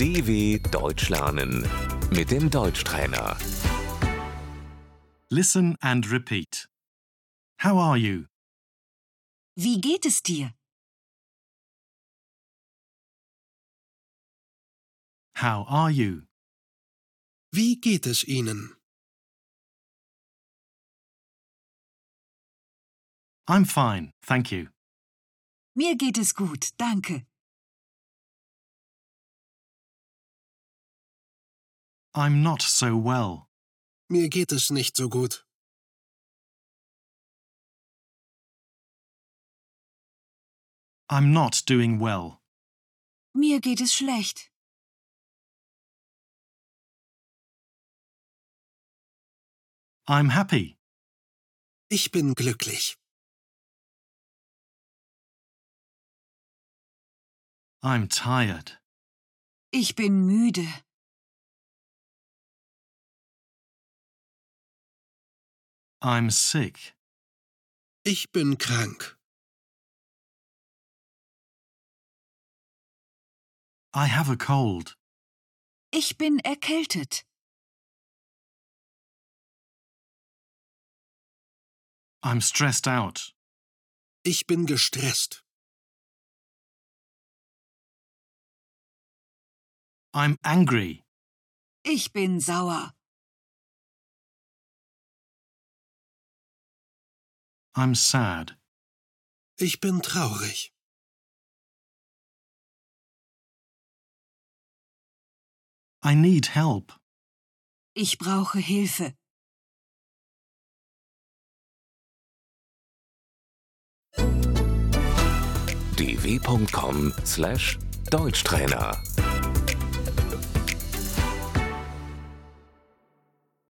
DW Deutsch lernen mit dem Deutschtrainer. Listen and repeat. How are you? Wie geht es dir? How are you? Wie geht es Ihnen? I'm fine, thank you. Mir geht es gut, danke. I'm not so well. Mir geht es nicht so gut. I'm not doing well. Mir geht es schlecht. I'm happy. Ich bin glücklich. I'm tired. Ich bin müde. I'm sick. Ich bin krank. I have a cold. Ich bin erkältet. I'm stressed out. Ich bin gestresst. I'm angry. Ich bin sauer. I'm sad. Ich bin traurig. I need help. Ich brauche Hilfe. dw.com/deutschtrainer